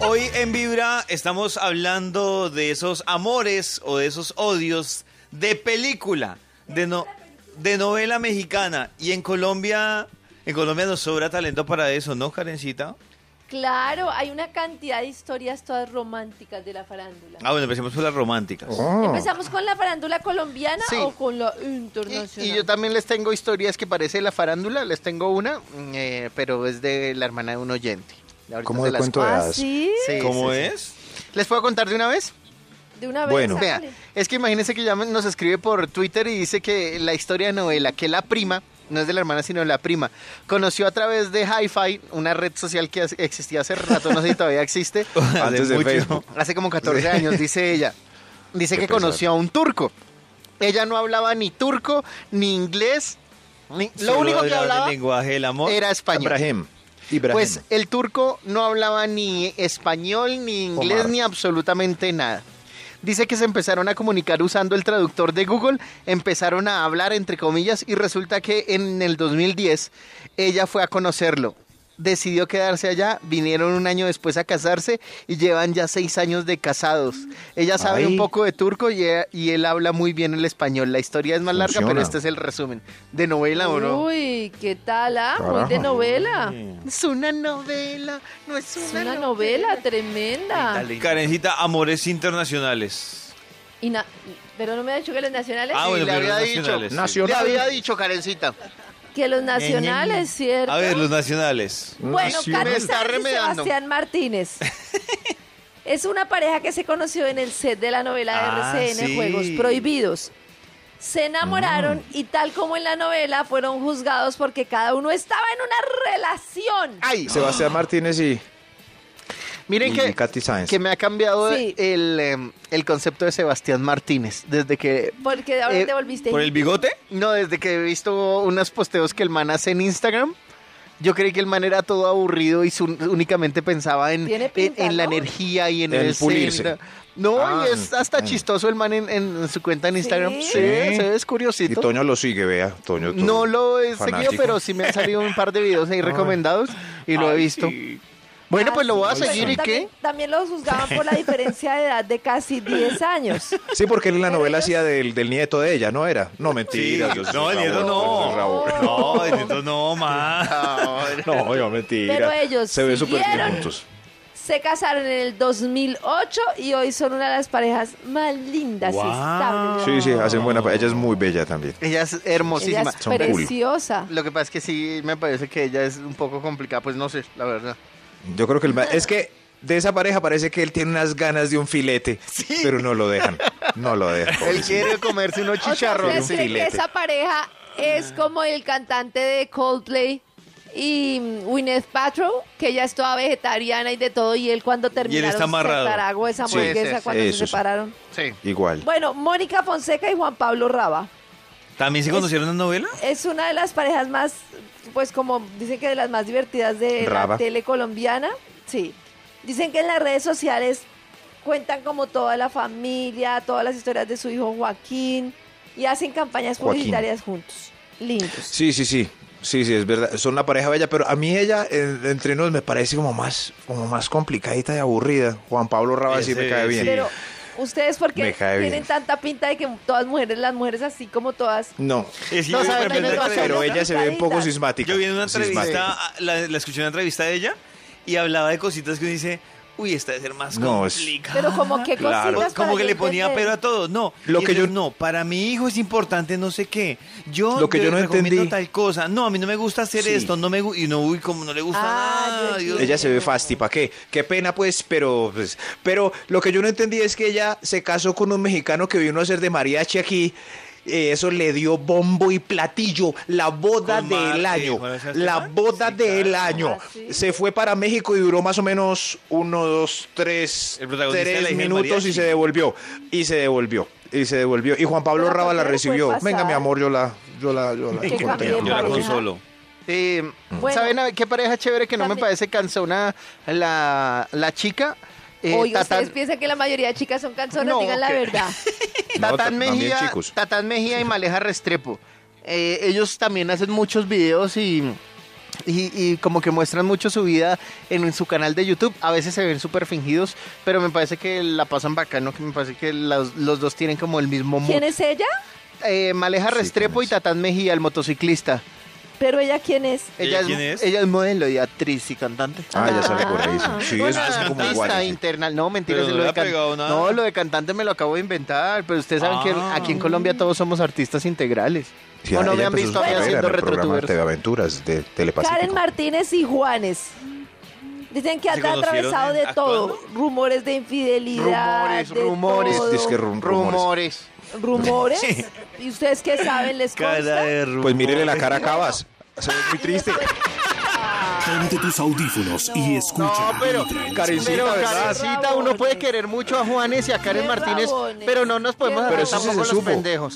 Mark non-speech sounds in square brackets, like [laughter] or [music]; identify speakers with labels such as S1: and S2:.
S1: Hoy en Vibra estamos hablando de esos amores o de esos odios de película, de, no, de novela mexicana. Y en Colombia, en Colombia nos sobra talento para eso, ¿no, Karencita?
S2: Claro, hay una cantidad de historias todas románticas de la farándula.
S1: Ah, bueno, empecemos por las románticas.
S3: Oh.
S2: ¿Empezamos con la farándula colombiana
S3: Ah. Sí.
S2: o con la
S3: Y,
S2: internacional?
S3: y yo también les tengo historias que parece la farándula, les tengo una, mm, eh, pero es de la hermana de un oyente. Ahorita
S4: ¿Cómo
S3: se
S4: de
S3: las-
S4: cuento de
S2: ¿Ah,
S4: hadas?
S2: sí?
S3: Sí,
S1: ¿Cómo
S3: sí, sí.
S1: es?
S3: ¿Les puedo contar de una vez?
S2: De una vez.
S4: Bueno.
S3: Vea,
S2: hágale.
S3: es que imagínense que llaman, nos escribe por Twitter y dice que la historia de novela, que la prima, no es de la hermana, sino de la prima, conoció a través de Hi-Fi, una red social que hace- existía hace rato, no sé si
S4: [laughs]
S3: todavía existe,
S4: Antes de
S1: mucho.
S4: Facebook.
S3: hace como 14 años, dice ella. Dice
S4: Qué
S3: que
S4: pesar.
S3: conoció a un turco. Ella no hablaba ni turco, ni inglés, ni- lo
S1: Solo
S3: único que
S1: hablaban el
S3: hablaba
S1: lenguaje del amor.
S3: era español.
S4: Ibrahim. Ibrahim.
S3: Pues el turco no hablaba ni español, ni inglés,
S4: Omar.
S3: ni absolutamente nada. Dice que se empezaron a comunicar usando el traductor de Google, empezaron a hablar entre comillas y resulta que en el 2010 ella fue a conocerlo. Decidió quedarse allá, vinieron un año después a casarse y llevan ya seis años de casados. Ella sabe
S4: Ay.
S3: un poco de turco y, e- y él habla muy bien el español. La historia es más larga,
S4: Funciona.
S3: pero este es el resumen. ¿De novela o no?
S2: Uy, ¿qué tal, ah? Muy de
S4: Carajo.
S3: Ah.
S2: novela.
S3: Es una novela, no es
S2: Es
S3: una,
S2: una novela tremenda.
S1: Karencita, amores internacionales.
S2: Y na- Pero no me ha dicho que los nacionales.
S1: Ah, bueno,
S3: le
S1: pero
S3: había
S1: los
S3: dicho.
S1: nacionales. sí.
S4: Nacional.
S3: Le había dicho, Karencita.
S2: Que los nacionales, ¿cierto?
S1: A ver, los nacionales.
S2: Bueno,
S4: Nacional.
S2: Carlos
S3: Mm. Me está
S2: Sáenz y
S3: remedando.
S2: Sebastián
S3: [laughs]
S2: Martínez. es una pareja que se conoció en el set de la novela
S1: Ah,
S2: de RCN
S1: sí.
S2: Juegos Prohibidos. Se
S3: Mm.
S2: enamoraron y tal como en la novela fueron juzgados porque cada uno estaba en una relación.
S3: Ay,
S4: Sebastián Martínez y,
S3: miren
S4: y
S3: que,
S4: Katy Sáenz.
S3: que me ha cambiado
S2: Sí.
S3: el, em, el concepto de Sebastián Martínez. Desde que.
S2: Porque ahora
S3: Eh,
S2: te volviste
S1: ¿Por el bigote?
S3: No, desde que he visto unos posteos que el man hace en Instagram. Yo creí que el man era todo aburrido y su- únicamente pensaba en,
S2: Tiene
S3: en-
S2: pinta,
S3: en la
S2: ¿no?
S3: energía y en
S4: En
S3: el
S4: pulirse.
S3: ser. No,
S4: Ah,
S3: y es hasta
S4: mm.
S3: chistoso el man en, en su cuenta en Instagram. Sí,
S2: Sí.
S3: se ve, es
S4: y
S3: curiosito.
S4: Toño lo sigue, vea. Toño, Toño.
S3: No lo he
S4: Fanático.
S3: seguido, pero sí me han salido un par de
S2: [laughs]
S3: videos ahí recomendados y lo he visto. Bueno, pues lo voy a
S2: Así,
S3: seguir y
S2: bueno,
S3: qué.
S2: También, también los juzgaban
S3: [laughs]
S2: por la diferencia de edad de casi 10 años.
S4: Sí, porque
S3: [laughs]
S4: él en la
S2: Pero
S4: novela
S2: ellos-
S4: hacía del, del nieto de ella, ¿no era? No, mentira. yo soy
S1: no, el
S4: Raúl,
S1: nieto
S4: yo soy Raúl.
S3: [laughs]
S1: no. No, el nieto no, ma.
S4: No, yo mentira.
S2: Pero ellos
S4: Se ven súper bien
S2: siguieron.
S4: juntos.
S2: Se casaron en el 2008 y hoy son una de las parejas más lindas y
S1: Wow.
S2: estables.
S4: Sí, sí, hacen buena. pa- Ella es muy bella también.
S3: Ella es
S2: Ella
S3: hermosísima.
S2: es
S4: Son cool.
S2: preciosa.
S3: Lo que pasa es que sí me parece que ella es un poco complicada, pues no sé, la verdad.
S4: Yo creo que el ma- es que de esa pareja parece que él tiene unas ganas de un filete, pero no lo dejan. No lo dejan.
S3: Él
S4: pobrecito.
S3: quiere comerse unos
S2: O sea,
S3: chicharrones.
S2: ¿ustedes creen que
S4: filete.
S2: esa pareja es como el cantante de Coldplay y mm, Gwyneth Paltrow, que ella es toda vegetariana y de todo, y él cuando terminaron
S1: está amarrado.
S2: Tartago, esa
S3: Sí,
S2: hamburguesa
S3: sí,
S2: cuando
S4: eso,
S2: se
S4: sí.
S2: separaron.
S3: Sí.
S4: Igual.
S2: Bueno, Mónica Fonseca y Juan Pablo Raba.
S1: ¿También se conocieron en novela?
S2: Es una de las parejas más, pues como dicen que de las más divertidas de la
S4: Raba.
S2: tele colombiana. Sí. Dicen que en las redes sociales cuentan como toda la familia, todas las historias de su hijo Joaquín y hacen campañas
S4: Joaquín.
S2: publicitarias juntos. Lindos.
S4: Sí, sí, sí. Sí, sí, es verdad. Son una pareja bella, pero a mí ella, en- entre nos, me parece como más, como más complicadita y aburrida. Juan Pablo Raba sí
S1: Ese,
S4: me cae bien.
S1: sí.
S2: Pero ustedes porque
S4: Me cae
S2: tienen
S4: bien.
S2: tanta pinta de que todas mujeres, las mujeres así como todas.
S4: No.
S1: Es que
S3: No,
S1: yo
S3: sabe,
S1: de repente-
S3: tiene razón.
S4: Pero ella se ve un poco sismática.
S1: Yo vi en una
S4: Sismática.
S1: entrevista, ah, la, la escuché en una entrevista de ella y hablaba de cositas que uno dice, uy, esta debe ser más
S4: No, es-
S1: complicada.
S2: Pero como que
S4: Claro.
S2: cositas para
S1: como que
S2: yo
S1: le ponía
S2: entender.
S1: pero a todo. No,
S4: Lo
S1: Y
S4: que yo-
S1: entonces, no, para mi hijo es importante no sé qué. Yo
S4: Lo que
S1: te
S4: yo no
S1: recomiendo
S4: entendí-
S1: tal cosa. No, a mí no me gusta hacer
S4: Sí.
S1: esto, no me gu- y no uy, como no le gusta
S2: Ah,
S1: nada.
S2: yo
S1: Dios
S2: entiendo.
S4: Ella se ve fasti, ¿para qué? Qué pena, pues, pero, pues, pero lo que yo no entendí es que ella se casó con un mexicano que vino a ser de mariachi aquí. Eh, Eso le dio bombo y platillo, la boda
S1: Con
S4: del
S1: Mar- eh,
S4: año,
S1: Juan Sebastián.
S4: la boda
S1: Sí,
S4: del
S1: claro.
S4: año.
S2: Ah, sí.
S4: Se fue para México y duró más o menos uno, dos, tres,
S1: El protagonista de la
S4: tres
S1: hija del
S4: minutos y
S1: mariachi.
S4: se devolvió, y se devolvió, y se devolvió. Y Juan Pablo
S2: Pero
S4: Raba la
S2: también le puede
S4: recibió.
S2: pasar.
S4: Venga, mi amor, yo la, yo la, yo la
S2: Que
S4: contengo.
S2: cambie de
S1: Yo la
S2: pareja.
S1: consolo.
S3: Sí,
S2: Bueno.
S3: ¿Saben a- qué pareja chévere que no me
S2: También-
S3: parece cansona la, la chica? Eh,
S2: Oiga,
S3: Tatán-
S2: ustedes piensan que la mayoría de chicas son canzonas,
S3: No,
S2: digan la
S3: que- [laughs]
S2: verdad.
S4: No, ta-
S3: Tatán,
S4: también
S3: Mejía,
S4: chicos.
S3: Tatán Mejía y Maleja Restrepo. Eh, ellos también hacen muchos videos y y, y como que muestran mucho su vida en, en su canal de YouTube. A veces se ven súper fingidos, pero me parece que la pasan bacano, que me parece que las- los dos tienen como el mismo mood.
S2: ¿Quién es ella?
S3: Eh, Maleja
S4: Sí,
S3: Restrepo
S4: ¿quién
S3: y
S4: es?
S3: Tatán Mejía, el motociclista.
S2: Pero ella quién es?
S1: ¿Ella
S3: Ella,
S1: quién
S3: es,
S1: es?
S3: ella es modelo y actriz y cantante.
S4: Eh, Ah, ya sale por ahí.
S2: Ah.
S4: Sí,
S3: Bueno,
S4: eso es como
S3: artista
S4: igual.
S3: internal. No, mentira,
S1: Pero
S3: sí,
S1: no
S3: lo,
S1: le
S3: de
S1: ha pegado
S3: can...
S1: nada.
S3: no, lo de cantante me lo acabo de inventar, pero ustedes saben
S1: Ah.
S3: que aquí en Colombia todos somos artistas integrales.
S4: Sí,
S3: o no
S4: ella
S3: me han
S4: empezó su
S3: visto a mí
S4: carrera
S3: haciendo
S4: en el programa
S3: retrotubers.
S4: de aventuras de Telepacífico.
S2: Karen Martínez y Juanes. Dicen que
S1: ¿Se
S2: anda
S1: conocieron
S2: atravesado de
S1: en-
S2: todo. Rumores de infidelidad.
S3: Rumores,
S2: de
S3: rumores.
S2: todo.
S4: Dice que rum- rumores.
S3: Rumores. [laughs]
S2: rumores. ¿Y ustedes qué saben? ¿Les consta?
S4: Pues mírele la cara a Cabas. Se ve muy triste.
S5: Ponte tus audífonos y escucha.
S3: No, pero,
S5: Vibra en las
S4: Karencita,
S3: Pero
S4: ¿verdad?
S3: Karencita, uno puede querer mucho a Juanes y a Karen
S2: Qué
S3: Martínez,
S2: rabones.
S3: pero no nos podemos
S2: Qué rabones.
S3: hacer
S4: Pero eso sí
S3: tampoco
S4: se
S3: los
S4: supo.
S3: pendejos.